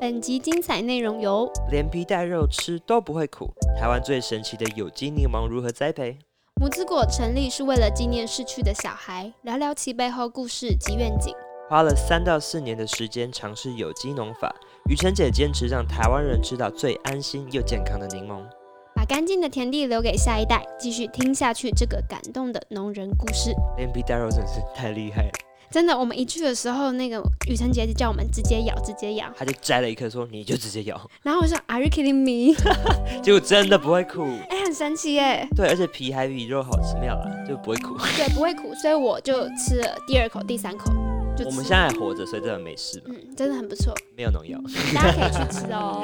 本集精彩内容由连皮带肉吃都不会苦。台湾最神奇的有机柠檬如何栽培？母子果成立是为了纪念逝去的小孩，聊聊其背后故事及愿景。花了三到四年的时间尝试有机农法，雨辰姐坚持让台湾人吃到最安心又健康的柠檬。把干净的田地留给下一代，继续听下去这个感动的农人故事。连皮带肉真是太厉害了，真的，我们一去的时候，那个雨辰姐姐叫我们直接咬，直接咬。他就摘了一颗说你就直接咬，然后我说，Are you kidding me？结果真的不会苦。 哎、很神奇耶，对，而且皮还比肉好吃，妙了，就不会苦。对，不会苦，所以我就吃了第二口、第三口，就吃我们现在还活着，所以真的没事嘛，嗯，真的很不错，没有农药。大家可以去吃哦。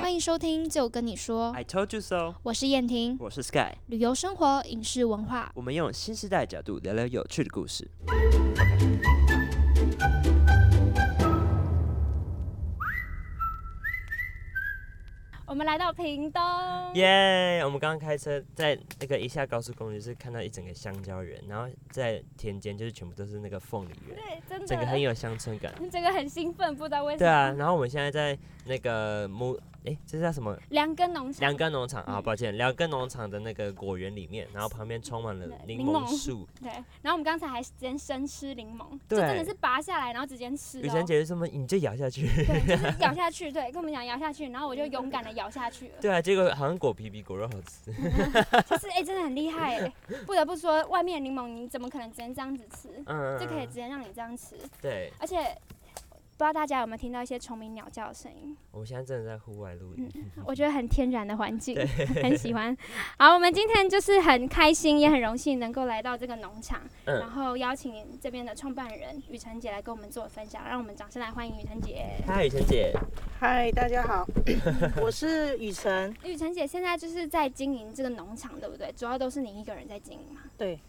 欢迎收听，就跟你说， I told you so。我是燕婷，我是 Sky，旅游、生活、影视、文化，我们用新时代的角度聊聊有趣的故事。我们来到屏东。耶我们刚刚开车在那个一下高速公路，就是看到一整个香蕉园，然后在田间就是全部都是那个凤梨园，对，真的，整个很有乡村感。这个很兴奋，不知道为什对么。啊，然后我们现在在那个木，哎、这是叫什么？良耕农场良，耕农嗯场啊，抱歉，良耕农场的那个果园里面，然后旁边充满了对柠柠檬檬树。对。然后我们刚才还直接生吃柠檬，就对真的是拔下来，然后直接吃、哦。雨辰姐就这么，你就咬下去。对，就是咬下去，对，跟我们讲咬下去，然后我就勇敢的咬下去了。 对啊，结果好像果皮比果肉好吃。就是哎、真的很厉害哎，不得不说，外面的柠檬你怎么可能只能这样子吃？嗯嗯，这可以嗯直接让你这样吃，对，而且。不知道大家有没有听到一些虫鸣鸟叫的声音？我们现在真的在户外录音。我觉得很天然的环境，很喜欢。好，我们今天就是很开心，也很荣幸能够来到这个农场。嗯然，后邀请这边的创办人雨辰姐来跟我们做分享，让我们掌声来欢迎雨辰姐。嗨，雨辰姐，嗨，大家好， 我是雨辰。雨辰姐现在就是在经营这个农场，对不对？主要都是你一个人在经营嘛。对，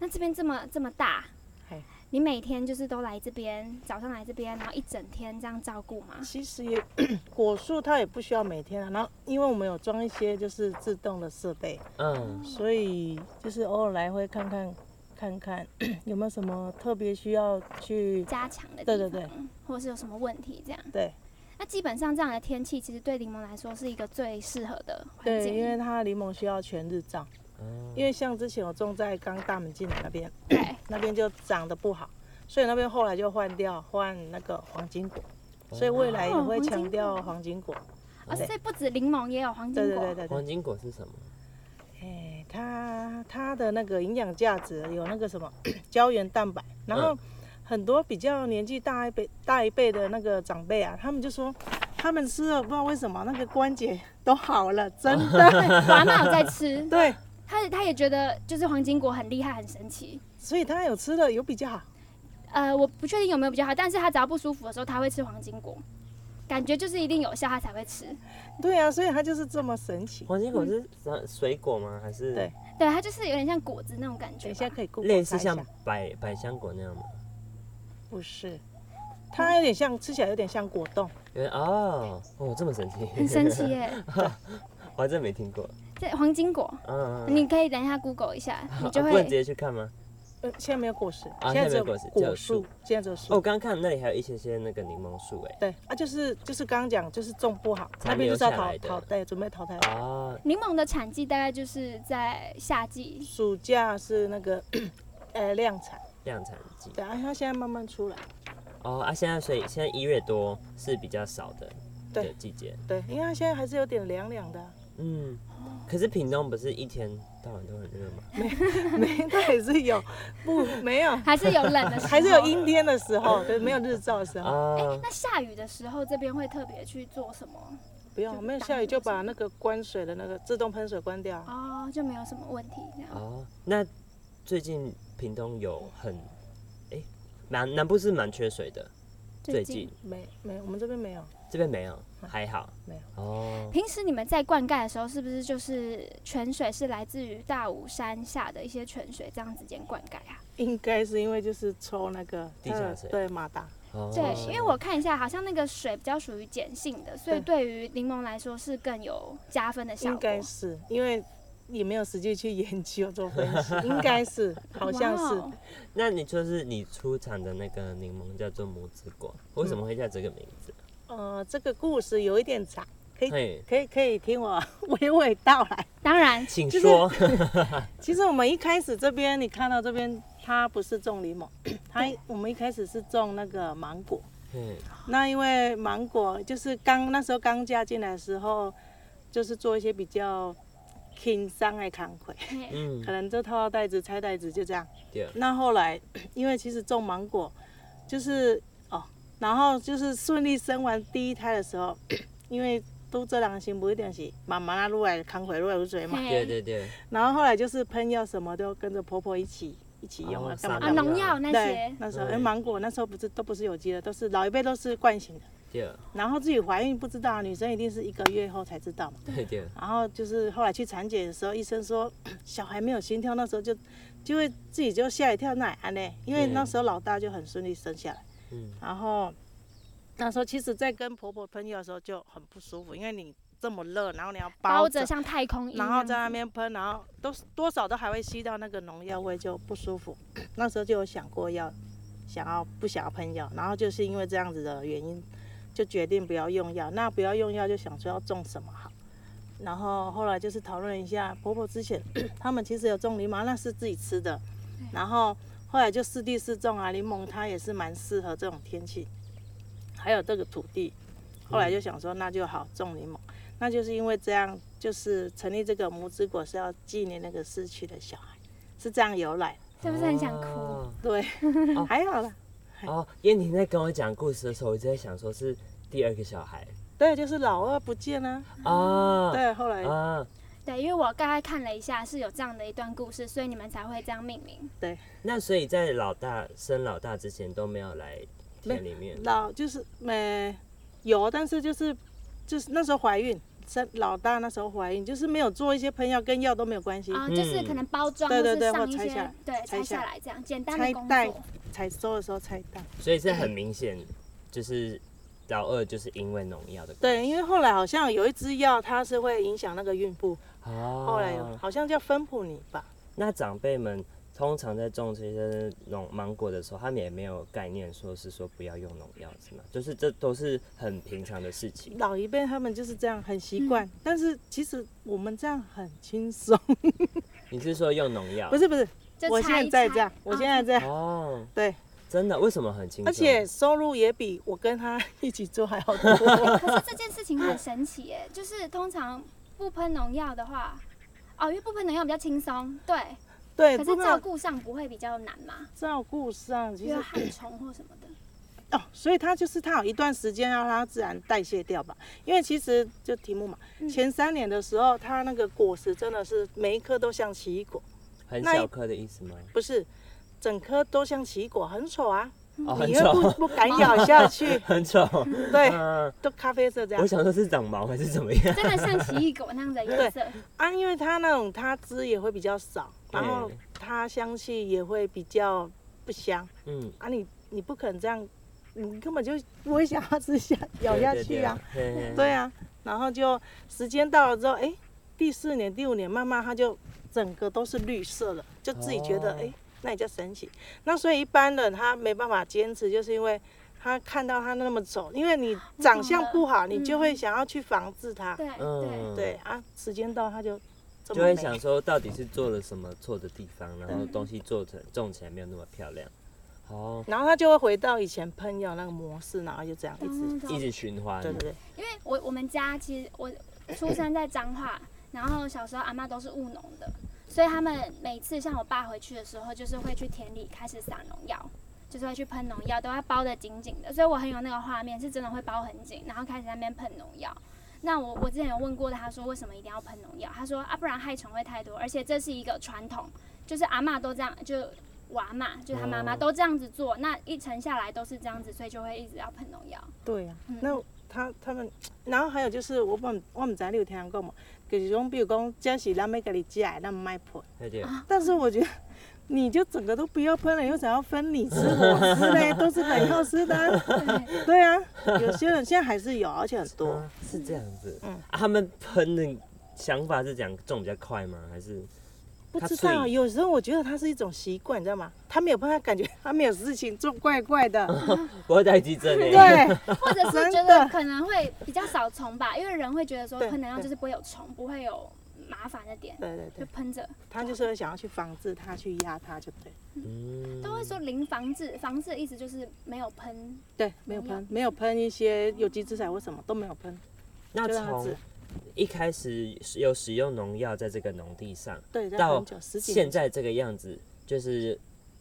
那这边这么这么大嘿，你每天就是都来这边，早上来这边，然后一整天这样照顾吗？其实也 果树它也不需要每天啊，然后因为我们有装一些就是自动的设备，嗯，所以就是偶尔来回看看看看 有没有什么特别需要去。 加强的地对方，对对或者是有什么问题这样？对那基本上这样的天气，其实对柠檬来说是一个最适合的环对，境，因为它柠檬需要全日照，嗯因为像之前我种在刚大门进来那边，对 那边就长得不好，所以那边后来就换掉换那个黄金果，所以未来也哦会黄金强调果黄金果。而且不止柠檬，也有黄对金对果。对对对。黄金果是什么？哎，它它的那个营养价值有那个什么胶原蛋白，然嗯后很多比较年纪大一辈大一辈的那个长辈啊，他们就说他们吃了不知道为什么那个关节都好了， 真的 我阿妈有在吃，对，他他也觉得就是黄金果很厉害很神奇。所以他有吃了有比较好，呃，我不确定有没有比较好，但是他只要不舒服的时候，他会吃黄金果，感觉就是一定有效，他才会吃。对啊，所以他就是这么神奇。黄金果是啥水果吗？还是嗯对对，它就是有点像果子那种感等觉一下吧。可以 Google 类似查一下像百百香果那样吗？不是，它有点像吃起来有点像果冻，因为哦哦这么神奇，很神奇，耶！ 我还真没听过。这黄金果，嗯，嗯你可以等一下 Google 一下，嗯你就啊不能直会。接去看吗？呃，现在没有果实，啊在现在只没有有果实只有果树树，现在只有哦，我树。刚刚看那里还有一些些那个柠檬树哎。对啊，就是就是刚刚讲，就是种不好，残那边留就是要下淘来的淘汰，准备淘汰。啊，柠檬的产季大概就是在夏季，暑假是那个 呃量产，量产季对啊，它现在慢慢出来，哦啊，现在所以现在一月多是比较少的对的季节，对，因为它现在还是有点凉凉的啊， 嗯，可是屏东不是一天到晚都很热吗？没它也是有不没有，还是有冷 的时候，还是有。阴天的时 候，对，没有日照的哎时候，啊，那下雨的时候，这边会特别去做什么？不用没有下雨就把那个关水的那个自动喷水关掉啊，哦，就没有什么问题这样。哦，那最近屏东有很，哎，南南部是蛮缺水的，最近没没我们这边没有，这边没有，还好啊没有哦，平时你们在灌溉的时候，是不是就是泉水是来自于大武山下的一些泉水，这样子间灌溉啊？应该是因为就是抽那个地下水对马达，哦对，因为我看一下，好像那个水比较属于碱性的，所以对于柠檬来说是更有加分的效应果该。是因为也没有实际去研究做分 析，应该是，好像是哇。哦那你就是你出产的那个柠檬叫做母子果，为什么会叫这个名字？呃，这个故事有一点长，可以嘿，可以可以听我 娓娓道来。当然，请就是 说。其实我们一开始这边，你看到这边，它不是种 柠檬，它我们一开始是种那个芒果。嘿，那因为芒果就是刚那时候刚嫁进来的时候，就是做一些比较轻伤的扛魁，嘿嗯可，能就套套袋子、拆袋子就这样。对，那后来因为其实种芒果就是哦，然后就是顺利生完第一胎的时候， 因为都这人心不一定是妈妈那路来扛魁路来水嘛，对嘿对对，然后后来就是喷药什么都跟着婆婆一起一起用哦啊，干嘛散啊，干嘛。农药啊那对些，，那时候嗯哎、芒果那时候不是都不是有机的，都是老一辈都是惯性的。对然后自己怀孕不知道，女生一定是一个月后才知道嘛。对对，然后就是后来去产检的时候，医生说 小孩没有心跳，那时候就就会自己就吓一跳，哪安呢？因为对那时候老大就很顺利生下来，嗯，然后那时候其实，在跟婆婆喷药的时候就很不舒服，因为你这么热，然后你要包包着着，像太空衣那然样子，后在那边喷，然后都多少都还会吸到那个农药味，就不舒服。那时候就有想过要想要不想要喷药，然后就是因为这样子的原因，就决定不要用药。那不要用药，就想说要种什么好。然后后来就是讨论一下，婆婆之前 他们其实有种柠檬，那是自己吃的。然后后来就四地四种啊，柠檬它也是蛮适合这种天气，还有这个土地。后来就想说，那就好种柠檬。那就是因为这样，就是成立这个母子果是要纪念那个逝去的小孩，是这样由来。是不是很想哭？哦对，还好啦。哦，因为你在跟我讲故事的时候，我一直在想说是第二个小孩对，就是老二不见 了、啊，嗯对，后来、啊，对，因为我大概看了一下，是有这样的一段故事，所以你们才会这样命名。那所以在老大生老大之前都没有来田里面，老就是没有，但是就是就是那时候怀孕，生老大那时候怀孕，就是没有做一些喷药，跟药都没有关系，啊、就是嗯可能包装对或对是对上或一拆下些来对拆拆下下来这样简单的拆工袋作，采收的时候才到。所以是很明显，就是老二就是因为农药的关对，因为后来好像有一支药，它是会影响那个孕妇，系。哦，后来有好像叫芬普尼吧。那长辈们通常在种这些农芒果的时候，他们也没有概念，说是说不要用农药，是吗？就是这都是很平常的事情。老一辈他们就是这样，很习惯。嗯但是其实我们这样很轻松， 你是说用农药？不是不是，就我拆现一在拆这样，我哦现在这样，哦，对，真的？为什么很轻松？而且收入也比我跟他 一起做还要 多。可是这件事情很神奇耶，就是通常不喷农药的话，哦，因为不喷农药比较轻松，对。对，可是不过照顾啊上不会比较难嘛，照顾上其因实为害虫或什么的。哦，所以他就是他有一段时间要让他自然代谢掉吧，因为其实就题目嘛，嗯前三年的时候，他那个果实真的是每一颗都像奇异果，很那小颗的意思吗？不是。整颗都像奇异果，很丑啊！哦，很你又不丑，，不敢咬下去 很丑。对，啊嗯，都咖啡色这样我。想说是长毛还是怎么样？真的像奇异果那样的颜色，啊，因为它那种它汁也会比较少，然后对它香气也会比较不香嗯，啊你。你不可能这样，你根本就不会想要吃下咬下去啊。对。对对对啊，然后就时间到了之后，哎，第四年、第五年，慢慢它就整个都是绿色的，就自己觉得哦哎、诶那也叫神奇。那所以一般人他没办法坚持，就是因为他看到它那么丑，因为你长相不好，你就会想要去防治它。对对嗯，对啊，时间到它就这么就会美想说到底是做了什么错的地方，然后嗯对东西做成种起来没有那么漂亮。哦，然后他就会回到以前喷药那个模式，然后就这样一懂懂直，懂一直循环。对对对，因为我我们家其实我出生在彰化，然后小时候阿妈都是务农的，所以他们每次像我爸回去的时候，就是会去田里开始撒农药，就是会去喷农药，都要包得紧紧的，所以我很有那个画面，是真的会包很紧，然后开始在那边喷农药。那我我之前有问过他说为什么一定要喷农药，他说啊不然害虫会太多，而且这是一个传统，就是阿嬷都这样就。我阿嬷就是他妈妈哦都这样子做，那一层下来都是这样子，所以就会一直要喷农药。对呀、嗯那他他们，然后还有就是我们我们知你有听人讲嘛，就是讲比如讲这是咱们家己吃的，咱们卖喷。对对。但是我觉得你就整个都不要喷了，又想要分你吃我吃嘞，都是很好吃的啊、对 对嗯啊，有些人现在还是有，而且很多。啊是这样子。嗯啊他们喷的想法是讲种比较快吗？还是不它知脆道，有时候我觉得它是一种习惯，你知道吗？他没有办法感觉他没有事情做，怪怪的。不会带急诊呢？对，或者是觉真得的可能会比较少虫吧，因为人会觉得说对喷能量就是不会有虫，不会有麻烦的点，对对就对，喷着。他就是会想要去防治它，去压它，就对。嗯，都会说零防治，防治的意思就是没有喷，对，没有喷，嗯没有喷一些有机之材或什么都没有喷，那就让它从治。一开始有使用农药在这个农地上，对，在到很久，十几现年。在这个样子，就是，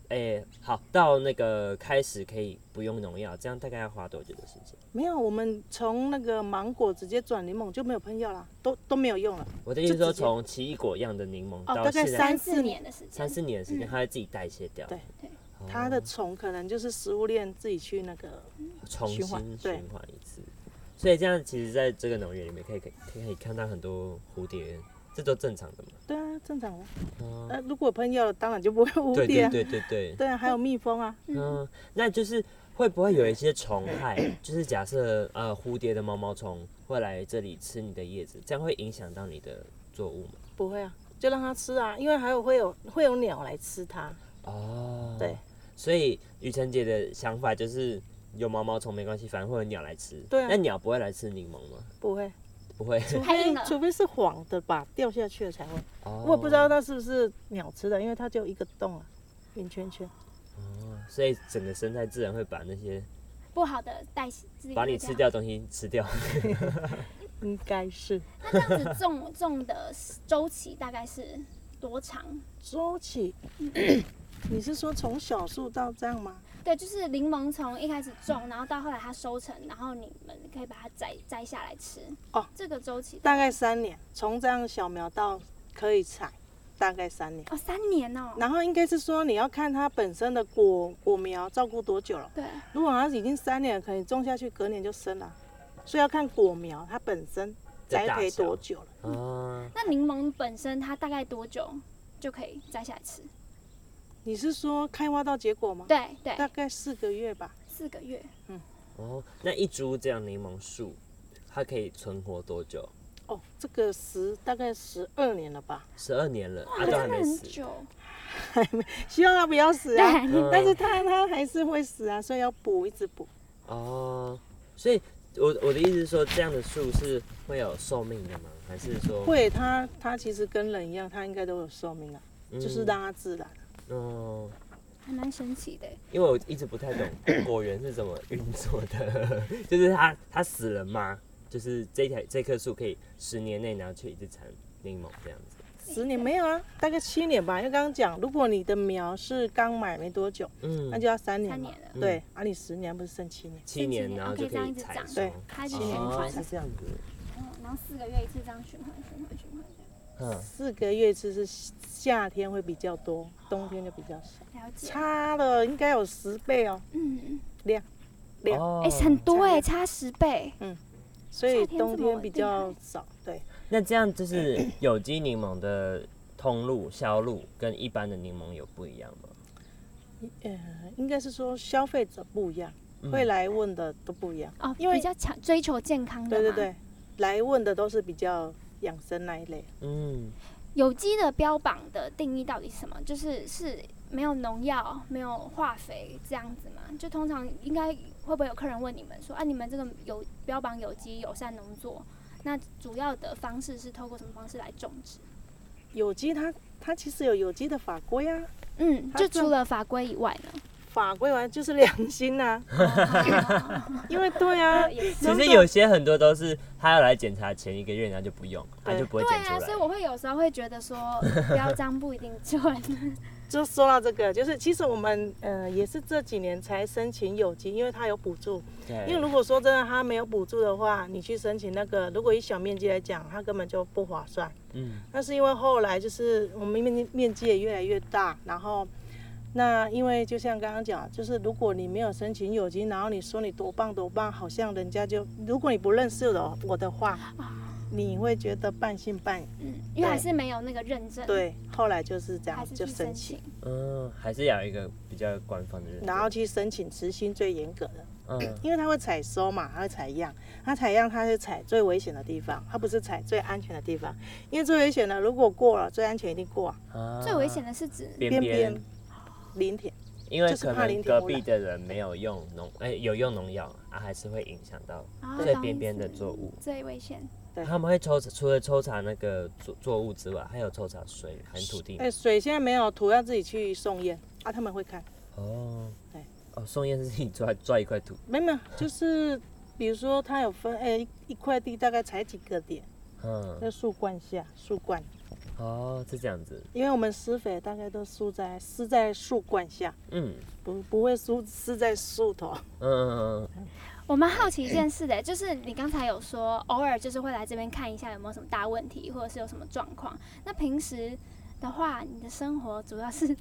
哎、好，到那个开始可以不用农药，这样大概要花多久的时间？没有，我们从那个芒果直接转柠檬就没有喷药啦，都都没有用了。我的意思是说，就直接从奇异果样的柠檬哦到大概现在三嗯四四年的时间三。四年的时间，它会自己代谢掉，对对哦，它的虫可能就是食物链自己去那个，重新循循环环对一次，所以这样其实在这个农园里面可以可以可以看到很多蝴蝶，这都正常的嘛。对啊，正常的。嗯、那如果喷药了，当然就不会蝴对蝶对啊。对对对。对啊，还有蜜蜂啊，嗯，那就是会不会有一些虫害？就是假设呃蝴蝶的毛毛虫会来这里吃你的叶子，这样会影响到你的作物吗？不会啊，就让它吃啊，因为还有会有会有鸟来吃它。哦，对，所以雨辰姐的想法就是有毛毛虫没关系，反正会有鸟来吃。对啊那鸟不会来吃柠檬吗？不会，不会。 除太硬非了除非是黄的吧，掉下去了才会。哦我也不知道。它是不是鸟吃的，因为它只有一个洞啊，圆圈圈。所以整个生态自然会把那些不好的代谢，自己把你就这吃样掉的东西吃掉。应该是那这样子 种种的周期大概是多长？周期。 你是说从小树到这样吗？对，就是柠檬从一开始种，然后到后来它收成，然后你们可以把它摘摘下来吃。哦，这个周期大大概三年，从这样小苗到可以采，大概三年。哦三年哦。然后应该是说你要看它本身的果果苗照顾多久了。对，如果它已经三年了，可能种下去隔年就生了，所以要看果苗它本身的栽大培小多久了。啊，那柠檬本身它大概多久就可以摘下来吃？你是说开花到结果吗？对对，大概四个月吧。四个月。哦，那一株这样柠檬树，它可以存活多久？哦，这个十大概十二年了吧，十二年了，哇，它都还真的啊没很死。久。希望它不要死 啊。对，嗯 但是它它还是会死啊，所以要补，一直补。哦，所以我我的意思是说，这样的树是会有寿命的吗？还是说，会，它它其实跟人一样，它应该都有寿命了，嗯就是啊让它自然。哦，还蛮神奇的。因为我一直不太懂果园是怎么运作的， 就是它它死了吗？就是这条这棵树可以十年内拿去一直产柠檬这样子。十年没有啊，大概七年吧。因为刚刚讲，如果你的苗是刚买没多久，嗯，那就要三年三嘛。年了，嗯对，啊，你十年不是剩七年？七甚年，至然后，OK，就可这样以一直采长收对。它一直循哦，环，是这样子。嗯然后四个月一次这样循环，循环，循环。嗯，四个月其实夏天会比较多，冬天就比较少，了解，差了应该有十倍哦，嗯，量。哦哎、很多哎、差十倍，所以夏天这么冬天比厉较少。对，那这样就是有机柠檬的通路销路跟一般的柠檬有不一样吗？呃，应该是说消费者不一样，嗯会来问的都不一样。哦，因为比较强追求健康的，对对，对，来问的都是比较养生那一类。嗯，有机的标榜的定义到底是什么？就是是没有农药、没有化肥这样子嘛？就通常应该会不会有客人问你们说，啊，你们这个有标榜有机友善农作，那主要的方式是透过什么方式来种植？有机它它其实有有机的法规啊，嗯，它就这除了法规以外呢？法规完就是良心呐、 因为对啊，也其实有些很多都是他要来检查前一个月，然后就不用，他就不会 对检出啊，来所以。我会有时候会觉得 说标章不一定准，就说到这个，就是其实我们呃也是这几年才申请有机，因为它有补助。因为对，如果说真的它没有补助的话，你去申请那个，如果以小面积来讲，它根本就不划算。嗯，那是因为后来就是我们面面积也越来越大，然后那因为就像刚刚讲，就是如果你没有申请有机，然后你说你多棒多棒，好像人家就如果你不认识的我的话，你会觉得半信半疑。嗯，因为还是没有那个认证，，对，后来就是这样还是就去申申请请，。嗯，还是要有一个比较官方的认证。然后去申请执行最严格的，嗯因为它会采收嘛，它会采样，它采样它是采最危险的地方，它不是采最安全的地方，因为最危险的如果过了，最安全一定过啊，啊最危险的是指边边边，林田。因为就是可怕能林田隔污壁染的人没有用农，哎、有用农药啊，还是会影响到啊最懂边意边的思作物。最危险。对他们会抽查，除了抽查那个作作物之外，还有抽查水含土地哎、。水现在没有，土要自己去送验啊，他们会看。哦对，哦，宋燕是自己抓抓一块土，没有没有，就是比如说它有分，哎、一一块地大概采几个点，嗯，在树冠下，树冠，哦，是这样子，因为我们施肥大概都施在施在树冠下，嗯不不会施施在树头。嗯嗯嗯我蛮好奇一件事的，欸就是你刚才有说偶尔就是会来这边看一下有没有什么大问题，或者是有什么状况。那平时的话，你的生活主要是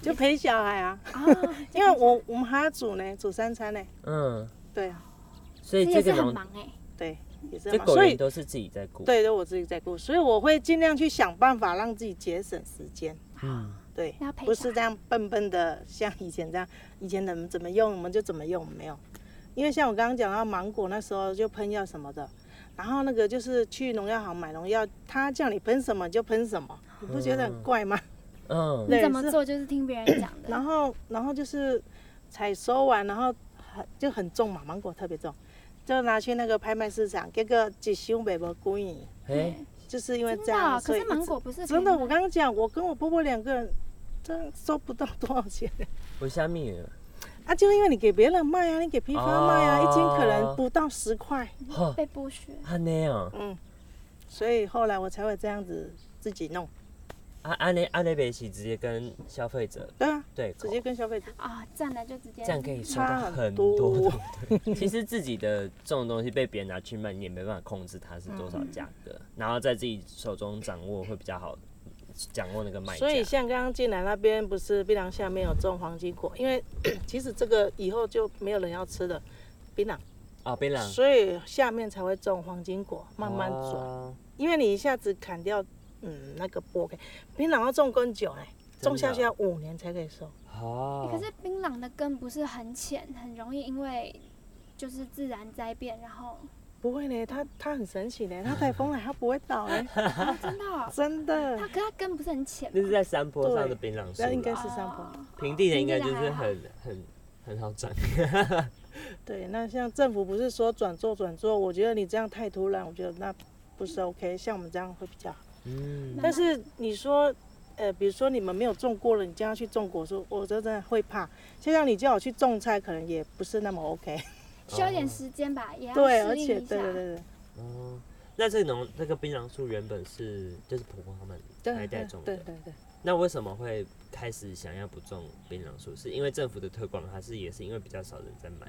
就陪小孩啊， 啊，因为我我们还要煮呢，煮三餐呢，嗯，对啊，所这以这个也是很农，忙哎、对，也是这要忙，狗所人以都是自己在顾，对，都我自己在顾，所以我会尽量去想办法让自己节省时间，嗯，对，要陪不小是这样笨笨的，像以前这样，以前人怎么用我们就怎么用，没有。因为像我刚刚讲到芒果那时候就喷药什么的，然后那个就是去农药行买农药，他叫你喷什么就喷什么，你不觉得很怪吗？嗯，你对怎么是做就是听别人讲的。然后然后就是采收完，然后很就很重嘛，芒果特别重，就拿去那个拍卖市场，结果几箱没无贵，哎，就是因为真这的样，哦、所可以是芒果不是真的，可以我买刚刚讲，我跟我婆婆两个人，真的收不到多少钱。我下面有，啊，就是因为你给别人卖啊，你给批发卖啊，哦一斤可能不到十块，哈，被剥削。安尼哦，嗯，所以后来我才会这样子自己弄，啊安尼安尼北起直接跟消费者对啊，对直口接跟消费哦者啊，赚了就直接哎这样可以收差到很多，多 东西。其实自己的这种东西被别人拿去卖，你也没办法控制它是多少嗯价格，然后在自己手中掌握会比较好，掌握那个卖价。所以像刚刚进来那边不是槟榔下面有种黄金果，因为 其实这个以后就没有人要吃的槟榔，啊，槟榔所以下面才会种黄金果，慢慢转，啊因为你一下子砍掉，嗯，那个剥开，槟榔要种更久哎、种下去要五年才可以收，哦可是槟榔的根不是很浅，很容易因为就是自然灾变，然后、不会呢，它它很神奇呢，它台风来它不会倒 哎、啊、真的哦、 真的它。可它根不是很浅吗，那是在山坡上的槟榔树那应该啦，是山坡。哦平地的应该就是很很很好长。对，那像政府不是说转做转做，我觉得你这样太突然，我觉得那不是 OK。像我们这样会比较好。嗯但是你说，呃，比如说你们没有种过了，你叫他去种果树，我真的会怕。就像你叫我去种菜，可能也不是那么 OK。需要一点时间吧，也要对，而适应且一对 对下对对，哦，那这个农这个槟榔树原本是就是婆婆他们对那一代对种对的，对对。那为什么会开始想要不种槟榔树？是因为政府的推广，还是也是因为比较少人在买？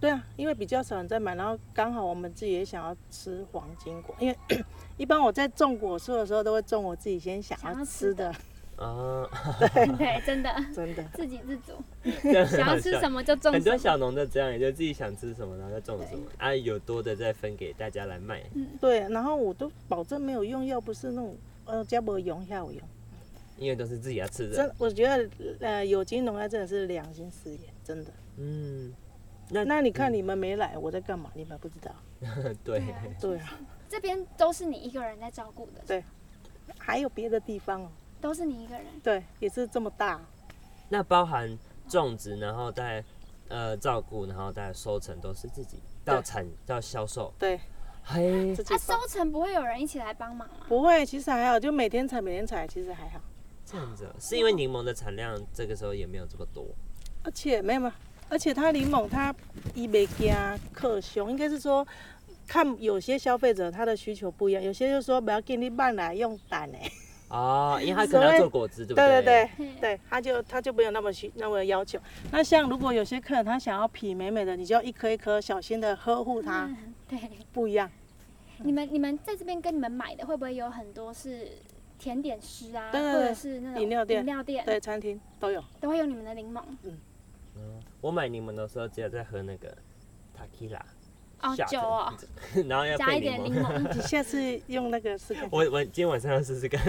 对啊，因为比较少人在买，然后刚好我们自己也想要吃黄金果，因为 一般我在种果树的时候都会种我自己先想想要要吃吃的，哦啊，对真的真的。自给自足， 想想要吃什么就种很什多么。小农都这样，也就自己想吃什么，然后再种什么，啊，有多的再分给大家来卖。对，然后我都保证没有用药，不是那种呃加不用药用。因为都是自己要吃的。真，我觉得呃有机农药真的是良心事业，真的。嗯，那那你看你们没来，我在干嘛？你们不知道。对，对啊对啊，这边都是你一个人在照顾的，对还有别的地方哦。都是你一个人。对，也是这么大。那包含种植，然后再呃照顾，然后再收成，都是自己到产到销售。对，嘿自，己啊，种收成不会有人一起来帮忙吗？不会，其实还好，就每天采，每天采，其实还好。这样子哦、是因为柠檬的产量这个时候也没有这么多。而且没有没有，而且它柠檬它伊袂惊克凶，应该是说。看有些消费者他的需求不一样，有些就说不要给你办来用蛋哎，哦，因为它可能要做果汁，对不对对对对，对，他就他就没有那么需那么要求。那像如果有些客人他想要皮美美的，你就要一颗一颗小心的呵护它，嗯，对。不一样。嗯你们你们在这边跟你们买的会不会有很多是甜点师啊，对对或对者是那种饮料店饮料店对，餐厅都有。都会有你们的柠檬嗯我买柠檬的时候，只有在喝那个塔 q 拉，哦下酒哦， 然后要加配一柠点柠檬。檬， 你下次用那 个试看看。我我今天晚上要试试看，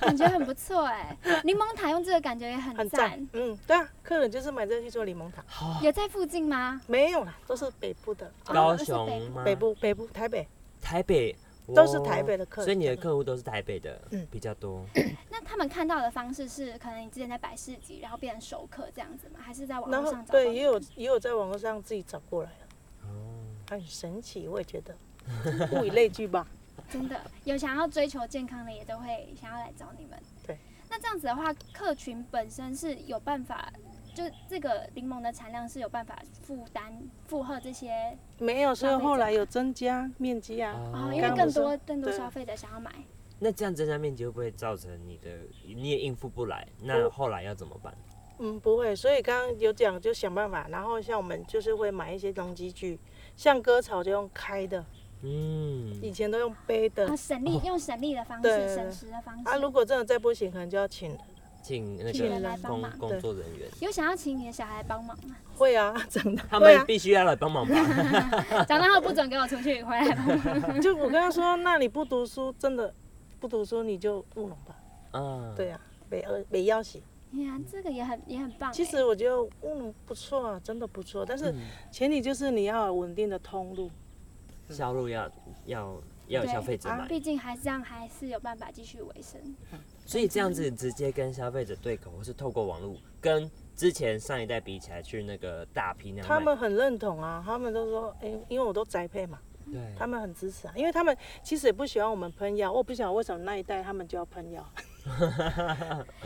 感觉很不错哎。柠檬塔用这个感觉也很很赞赞。，嗯，对啊，客人就是买这个去做柠檬塔，有在附近吗？没有啦，都是北部的，哦高是北雄吗？北部北部台北，台北都是台北的客哦人所以你的客户都是台北的，嗯比较多。那他们看到的方式是，可能你之前在摆市集，然后变成熟客这样子吗？还是在网然络后上找到对你也有也有在网络上自己找过来哦，的，嗯很神奇，我也觉得物以类 聚吧。真的有想要追求健康的，也都会想要来找你们。对，那这样子的话，客群本身是有办法，就是这个柠檬的产量是有办法负担负荷这些，没有，所以消费者后来有增加面积啊，哦，哦因为刚更不是多更多对消费者想要买。啊那这样增加面积会不会造成你的你也应付不来？那不后来要怎么办？嗯，不会，所以刚刚有讲就想办法，然后像我们就是会买一些农机具，像割草就用开的，以嗯，前都用背的啊，，省力用省力的方哦对式，对省对时的方啊，如式。果真的再不行，可能就要请人，请那请人个来帮工忙工作人员，有想要请你的小孩帮忙 吗？会啊，真的，他会们啊。必须要来帮忙吧？长大后不准跟我出去，回来帮忙。 就我跟他说，那你不读书，真的不读书你就务农吧。嗯，对啊，没呃没要挟。呀，这个也很也很棒欸。其实我觉得务农不错啊，真的不错，但是嗯前提就是你要有稳定的通路。销路要要要有对消费者啊买，毕竟还是这样，还是有办法继续维生。所以这样子直接跟消费者对口，或是透过网络跟之前上一代比起来，去那个大批量卖他们很认同啊，他们都说，哎、因为我都栽培嘛，对他们很支持啊，因为他们其实也不喜欢我们喷药，我不晓得为什么那一代他们就要 喷药。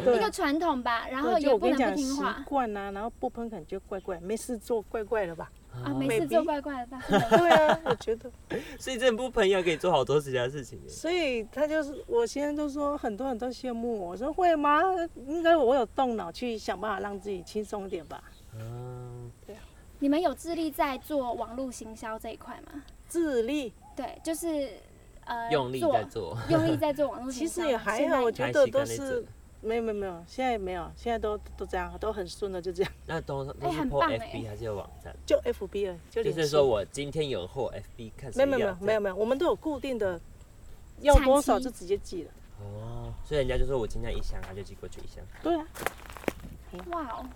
对一个传统吧，然后对就也我不跟你能讲不习听话惯啊，然后不喷可能就怪怪，没事做怪怪的 吧？啊，啊没美事做逼怪怪的， 但是没对啊，我觉得。所以这部朋友可以做好多其他事情耶。所以他就是我先生都说很多人都羡慕我，我说会吗？应该我有动脑去想办法让自己轻松一点吧。嗯，你们有致力在做网络行销这一块吗？智力对，就是呃，用力在做， 用力在做网络其行销实吗。也还现在好，我有觉还得习都惯那种是没有没有没有，现在没有，现在都都这样，都很顺的，就这样，那都是都哎是很 po 棒哎 FB 还是有网站？就 FB 了，就就联是系说我今天有货，FB 看谁没有没有要没有没有这样没有，我们都有固定的，要产多少期就直接寄了。哦，所以人家就说我今天一箱，他就寄过去一箱。对啊，哇哦，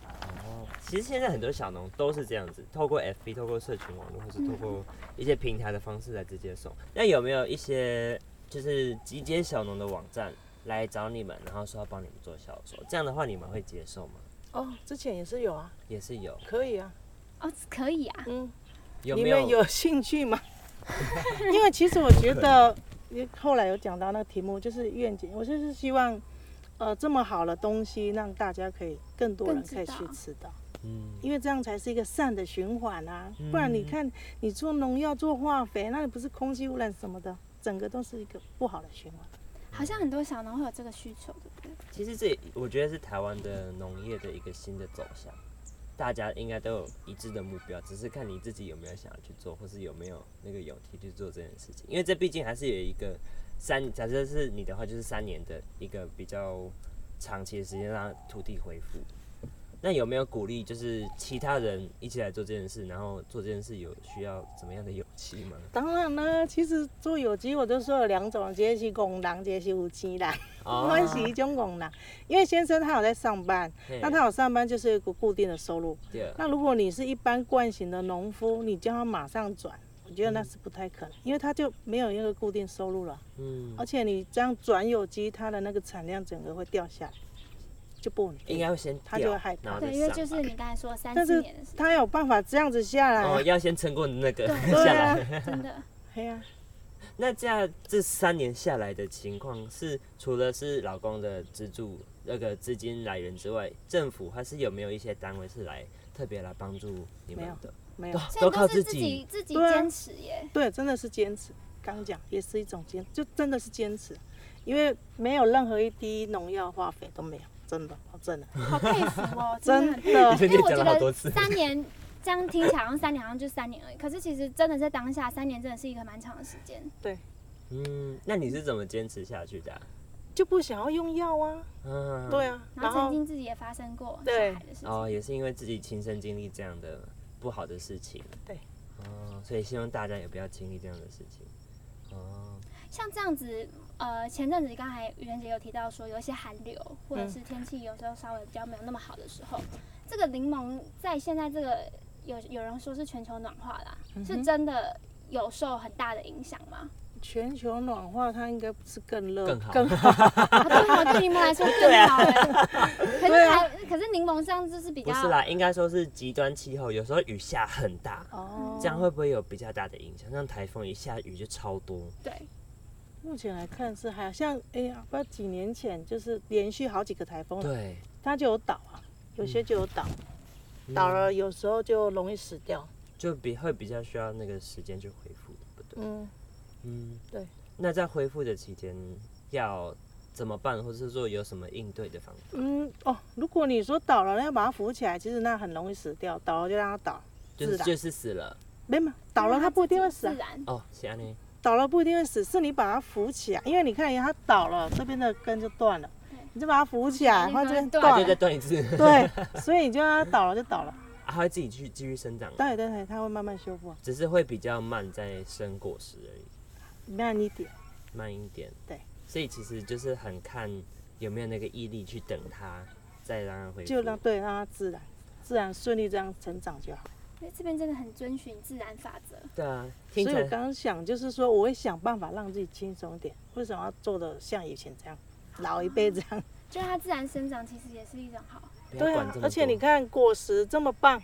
哦，其实现在很多小农都是这样子，透过 FB、透过社群网络，或是透过一些平台的方式来直接送。那有没有一些就是集结小农的网站来找你们，然后说要帮你们做销售？这样的话你们会接受吗？哦，之前也是有啊，也是有，可以啊，哦可以啊，嗯，有你没们有？有兴 趣吗？因为其实我觉得，后来有讲到那个题目，就是愿景，我就是希望，呃，这么好的东西让大家可以更多人更知可以去道吃到，嗯，因为这样才是一个善的循环啊。不然你嗯看，你做农药、做化肥，那你不是空气污染什么的，整个都是一个不好的循环。好像很多小农会有这个需求，对不对？其实这我觉得是台湾的农业的一个新的走向，大家应该都有一致的目标，只是看你自己有没有想要去做，或是有没有那个勇气去做这件事情。因为这毕竟还是有一个三，假设是你的话，就是三年的一个比较长期的时间让土地恢复。那有没有鼓励就是其他人一起来做这件事，然后做这件事有需要怎么样的勇气吗？当然啦，其实做有机我就说有两种，一个是工人，一个是有钱人。哦我是一种工人，因为先生他有在上班，嘿那他有上班就是有个固定的收入。对啊那如果你是一般惯性的农夫，你叫他马上转，我觉得那是不太可能，因为他就没有一个固定收入了，嗯而，且你这样转有机，它的那个产量整个会掉下来，就不稳应定。该会先他掉就会害怕然后再对，因为上就吧是你刚才说三但四是年的事，他有办法这样子下来哦，啊，要先撑过那个 对下来。啊，真的 对啊，那这样这三年下来的情况是，除了是老公的资助那个资金来源之外，政府还是有没有一些单位是来特别来帮助你们的？没有都，所以都靠自是自己己。自己对啊坚持耶，对，真的是坚持。刚讲也是一种坚，就真的是坚持，因为没有任何一滴农药化肥都没有，真的，我真的，好佩服哦，真的 真很的你最近因为我讲觉了好多得次，三年这样听起来好像三年好像就三年而已，可是其实真的在当下三年真的是一个蛮长的时间。嗯，那你是怎么坚持下去的啊、就不想要用药啊。嗯，对。啊，然然后后曾经自己也发生过小对孩的事情，哦，也是因为自己亲身经历这样的不好的事情。对。哦，所以希望大家也不要经历这样的事情。哦，像这样子，呃，前阵子刚才愚人节有提到说，有一些寒流或嗯者是天气有时候稍微比较没有那么好的时候，这个柠檬在现在这个有有人说是全球暖化啦，嗯哼是真的有受很大的影响 吗？全球暖化，它应该不是更热更好 更好啊对哦，对柠檬来 说更啊好哎、可是还、可是柠檬上就是比不较是啦，应该说是极端气候，有时候雨下很大，哦这样会不会有比较大的影响？像台风一下雨就超多，对，目前来看是还像哎呀，不知道几年前就是连续好几个台风，对，它就有倒啊，有些就有倒，倒了有时候就容易死掉。嗯就比会比较需要那个时间去恢复，对不对？嗯，嗯，对。那在恢复的期间要怎么办，或者是说有什么应对的方法？嗯哦，如果你说倒了要把它扶起来，其实那很容易死掉，倒了就让它倒，就是自然就是死了没嘛，倒了它不一定会死、啊自，然哦，是安妮。倒了不一定会死，是你把它扶起来，因为你看它倒了，这边的根就断了，你就把它扶起来，嗯然后这边断啊，断就再了，断一次， 对，所以你就让它倒了就倒了，啊它会自己去继续生长，对对对，它会慢慢修复啊，只是会比较慢，在生果实而已，慢一点，慢一点。对，所以其实就是很看有没有那个毅力去等它，再让它恢复。就让对让它自然自然顺利这样成长就好。因为这边真的很遵循自然法则。对啊，听起所以我来刚刚想就是说，我会想办法让自己轻松一点，为什么要做的像以前这样，老一辈这样？就是它自然生长，其实也是一种好。不要对管啊这么，多而且你，看果实这么棒，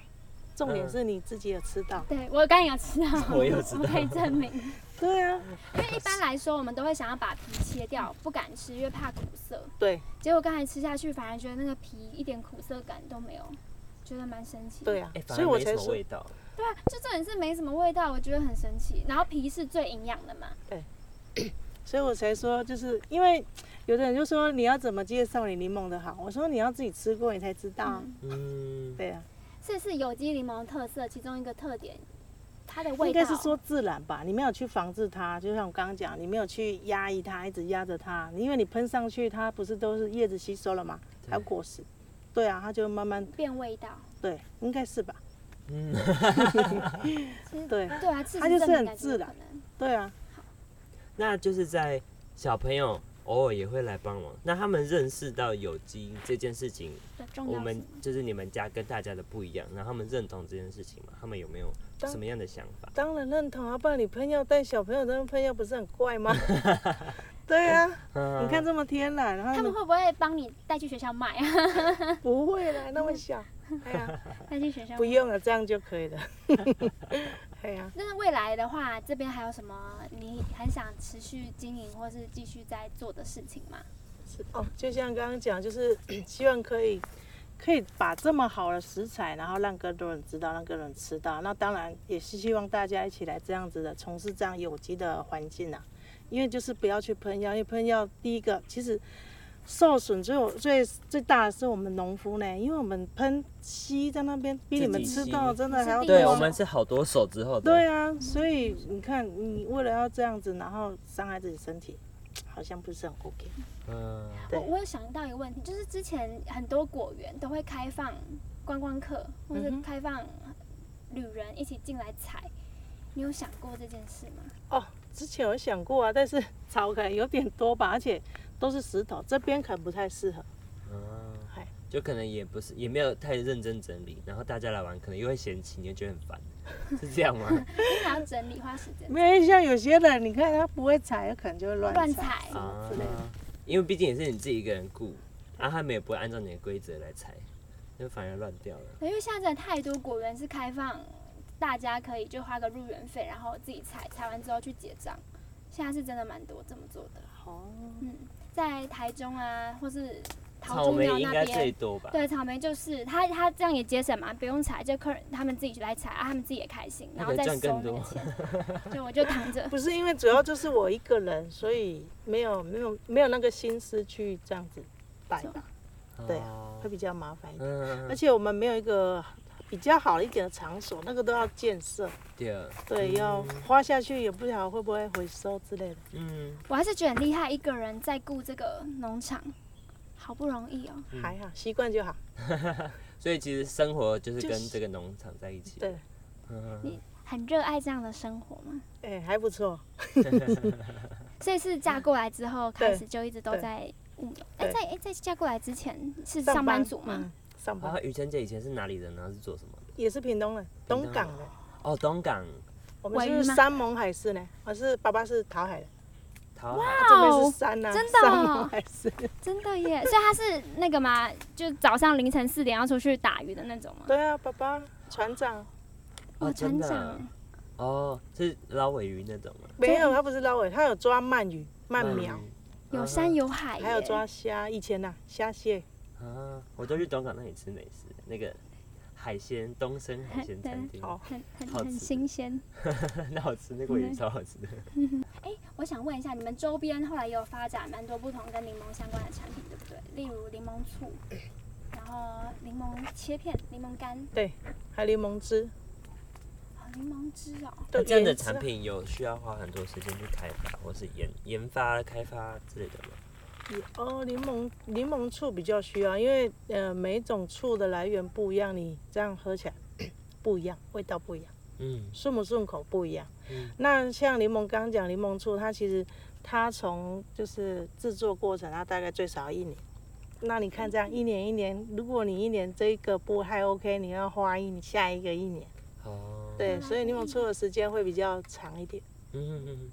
重点嗯是你自己有吃到。对我刚刚有吃到，我有吃到我可以证明。对啊，因为一般来说，我们都会想要把皮切掉，不敢吃，因为怕苦涩。对结果刚才吃下去，反而觉得那个皮一点苦涩感都没有，觉得蛮神奇。对啊哎，，反所以而我没什才么说味道。对啊，就重点是没什么味道，我觉得很神奇。然后皮是最营养的嘛，所以我才说，就是因为有的人就说你要怎么介绍你柠檬的好，我说你要自己吃过你才知道啊。嗯，对啊，这是有机柠檬特色其中一个特点，它的应味道该是说自然吧，你没有去防治它，就像我刚刚讲，你没有去压抑它，一直压着它，因为你喷上去，它不是都是叶子吸收了嘛，还有对果实。对啊，它就慢慢变味道。对，应该是吧？嗯，其实对对啊，它就是事实证很明感觉自然有可能对啊，那就是在小朋友偶尔也会来帮忙。那他们认识到有机这件事情，的重我要们性。就是你们家跟大家的不一样，然后他们认同这件事情嘛？他们有没有当什么样的想法？当然认同啊，不然你喷药带小朋友在那喷药不是很怪吗？ 对啊，嗯你看这么天然，然后他们会不会帮你带去学校卖啊？ 不会啦，那么小，哎呀，带去学校不卖。用了，这样就可以了。 哎呀，那未来的话，这边还有什么你很想持续经营或是继续在做的事情吗？是哦，就像刚刚讲，就是 希望可以可以把这么好的食材，然后让更多人知道，让更多人吃到。那当然也是希望大家一起来这样子的从事这样有机的环境啊，因为就是不要去喷药，因为喷药第一个其实。受损最有最最大的是我们农夫呢，因为我们喷吸在那边比你们自己吃吸到真的还要是对地瓜我们是好多手之后的，对啊，所以你看，你为了要这样子，然后伤害自己身体，好像不是很 OK。嗯，对我我有想到一个问题，就是之前很多果园都会开放观光客或者嗯哼开放旅人一起进来采，你有想过这件事 吗？哦，之前有想过啊，但是草可能有点多吧，而且都是石头，这边可能不太适合。嗯嗨就可能也不是也没有太认真整理，然后大家来玩可能又会嫌弃，你就觉得很烦，是这样吗？你想要整理花时间，没有像有些人，你看他不会踩，他可能就会乱乱踩。采，啊 之类的，因为毕竟也是你自己一个人顾，啊，他们也不会按照你的规则来踩，就反而乱掉了。因为现在真的太多果园是开放，大家可以就花个入园费，然后自己采，采完之后去结账。现在是真的蛮多这么做的，哦，嗯，在台中啊，或是桃草竹莓苗应那该最边。多吧？对，草莓就是他，他这样也节省嘛，不用采，就客人他们自己来采，啊，他们自己也开心，那然可后以再赚更收那个多钱。 对，我就躺着。不是因为主要就是我一个人，所以没有没有没有那个心思去这样子摆吧，对啊会比较麻烦一点。而嗯，且我们没有一个比较好一点的场所，那个都要建设。对啊，对，要花下去也不晓得会不会回收之类的。嗯，我还是觉得很厉害，一个人在顾这个农场，好不容易哦。嗯还好，习惯就好。所以其实生活就是就跟是这个农场在一起。对，嗯，你很热爱这样的生活吗？哎、还不错。所以是嫁过来之后开始就一直都对在务农。哎、对在哎、在嫁过来之前是上班族吗？嗯上班、啊，雨辰姐以前是哪里人啊呢？是做什么的？也是屏东人，东东港人。哦，东港我们尾鱼是吗山盟海誓呢，我是爸爸是桃海的，桃海这边是山呐、啊，哦真的哦山盟海誓。真的耶！所以他是那个嘛，就早上凌晨四点要出去打鱼的那种吗？对啊，爸爸船长哦哦，真船的长，哦，是捞尾鱼那种啊吗？没有，他不是捞尾，他有抓鳗鱼、嗯鳗苗，鱼有山有海耶，嗯还有抓虾，以前呐、虾蟹。啊，我都去东港那里吃美食，那个海鲜东升海鲜餐 厅，好很很好很吃新鲜。 那好吃，那嗯个尾鱼超好吃的。哎、我想问一下，你们周边后来也有发展蛮多不同跟柠檬相关的产品，对不对？例如柠檬醋，然后柠檬切片、柠檬干、还有柠檬汁，哦柠檬汁哦。对那啊这样哎的原汁产品有需要花很多时间去开发，或是研研发、开发之类的吗？哦，柠檬柠檬醋比较需要，因为呃每一种醋的来源不一样，你这样喝起来不一样，味道不一样。嗯，顺不顺口不一样。嗯那像柠檬刚刚讲柠檬醋，它其实它从就是制作过程，它大概最少要一年。那你看这样一年一年，如果你一年这一个不还 OK，你要花一年下一个一年，哦，对，所以柠檬醋的时间会比较长一点。嗯嗯嗯嗯。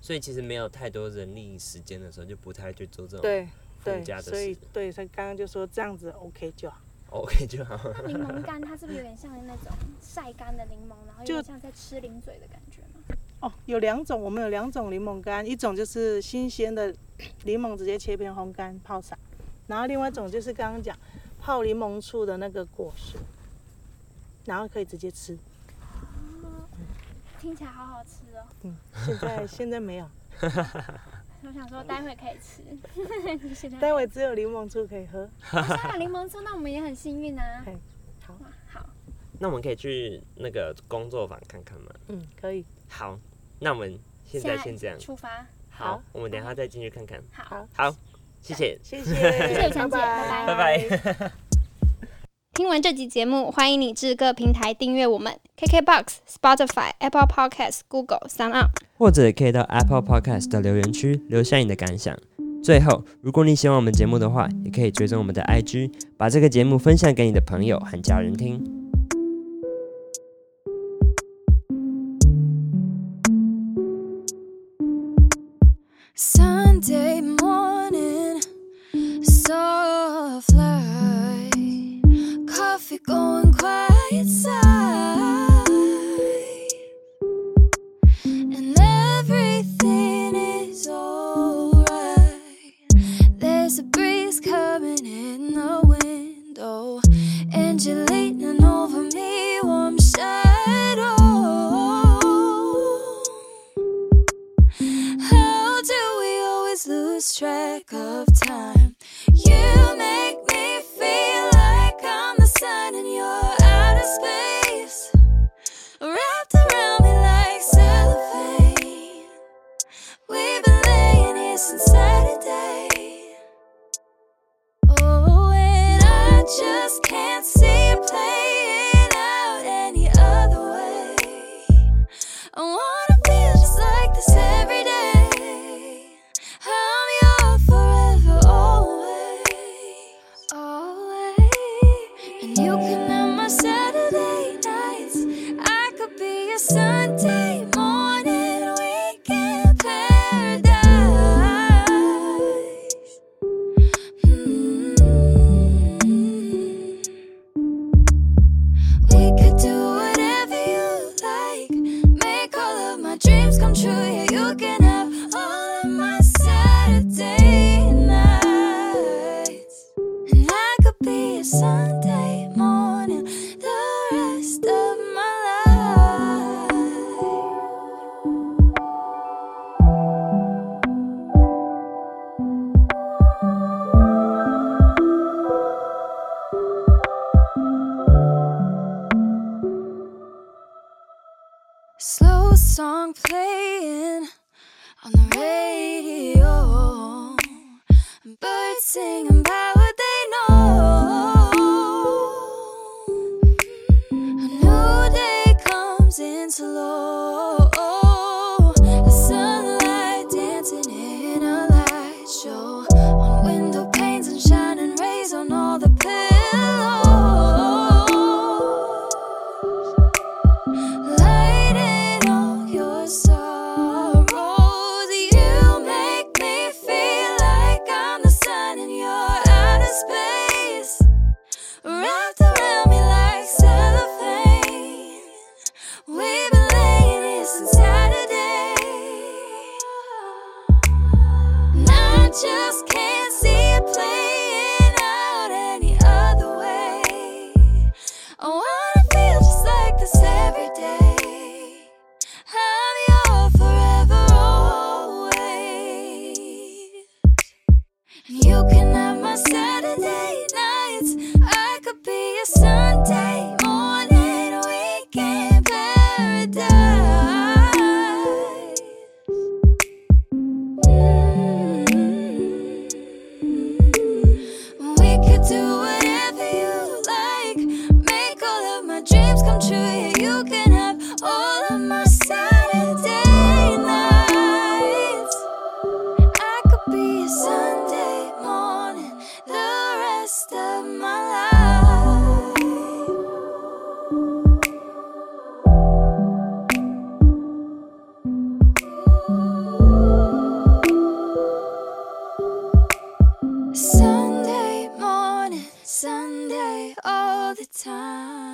所以其实没有太多人力时间的时候，就不太去做这种对附对，加哦的所以事。对，所以刚刚就说这样子 OK 就好。 OK 就好。 那柠檬干它是不是有点像那种晒干的柠檬，然后有就点像在吃零嘴的感觉吗？哦，有两种，我们有两种柠檬干，一种就是新鲜的柠檬直接切片烘干泡茶，然后另外一种就是刚刚讲泡柠檬醋的那个果实，然后可以直接吃。听起来好好吃哦！现在现在没有，我想说待会可以吃。 你现在待会只有柠檬醋可以喝。哦现在有柠檬醋，那我们也很幸运啊。嘿好哇，好，那我们可以去那个工作坊看看吗？嗯，可以。好，那我们现在先这样。出发。好，我们等一下再进去看看。好，好，谢谢。谢谢，谢谢雨辰姐拜拜拜。听完这集节目，欢迎你至各平台订阅我们：KKBox、Spotify、Apple Podcasts、Google、s o u n 或者可以到 Apple Podcast 的留言区留下你的感想。最后，如果你喜欢我们节目的话，也可以追踪我们的 IG，把这个节目分享给你的朋友和家人听。 Sunday morning, so fly. Coffee going quiet side, and everything is alright. There's a breeze coming in the window, and you're leaning over me, warm shadow. How do we always lose track of time? You make me feel like I'm the sun and you're out of space. Wrapped around me like cellophane. We've been laying here since Saturday. Oh, and I just can't see it playing out any other way. I wanna feel just like this every day. I'm your forever, always, always. And you can have my Saturday nights. I could be your Sunday morning weekend paradise. mm we could do whatever you like. Make all of my dreams come true. Yeah, you can have all of my Saturday nights. And I could be a Sunday morning the rest of my life. slow song playing on the radio. Birds singing about what they know. A new day comes in slow You can have my Saturday nights. I could be a Sunday morning weekend paradise. We could do whatever you like. Make all of my dreams come true. Yeah, you can have all of my Saturday nights. I could be a Sunday morning the rest of my life. Sunday morning, Sunday all the time.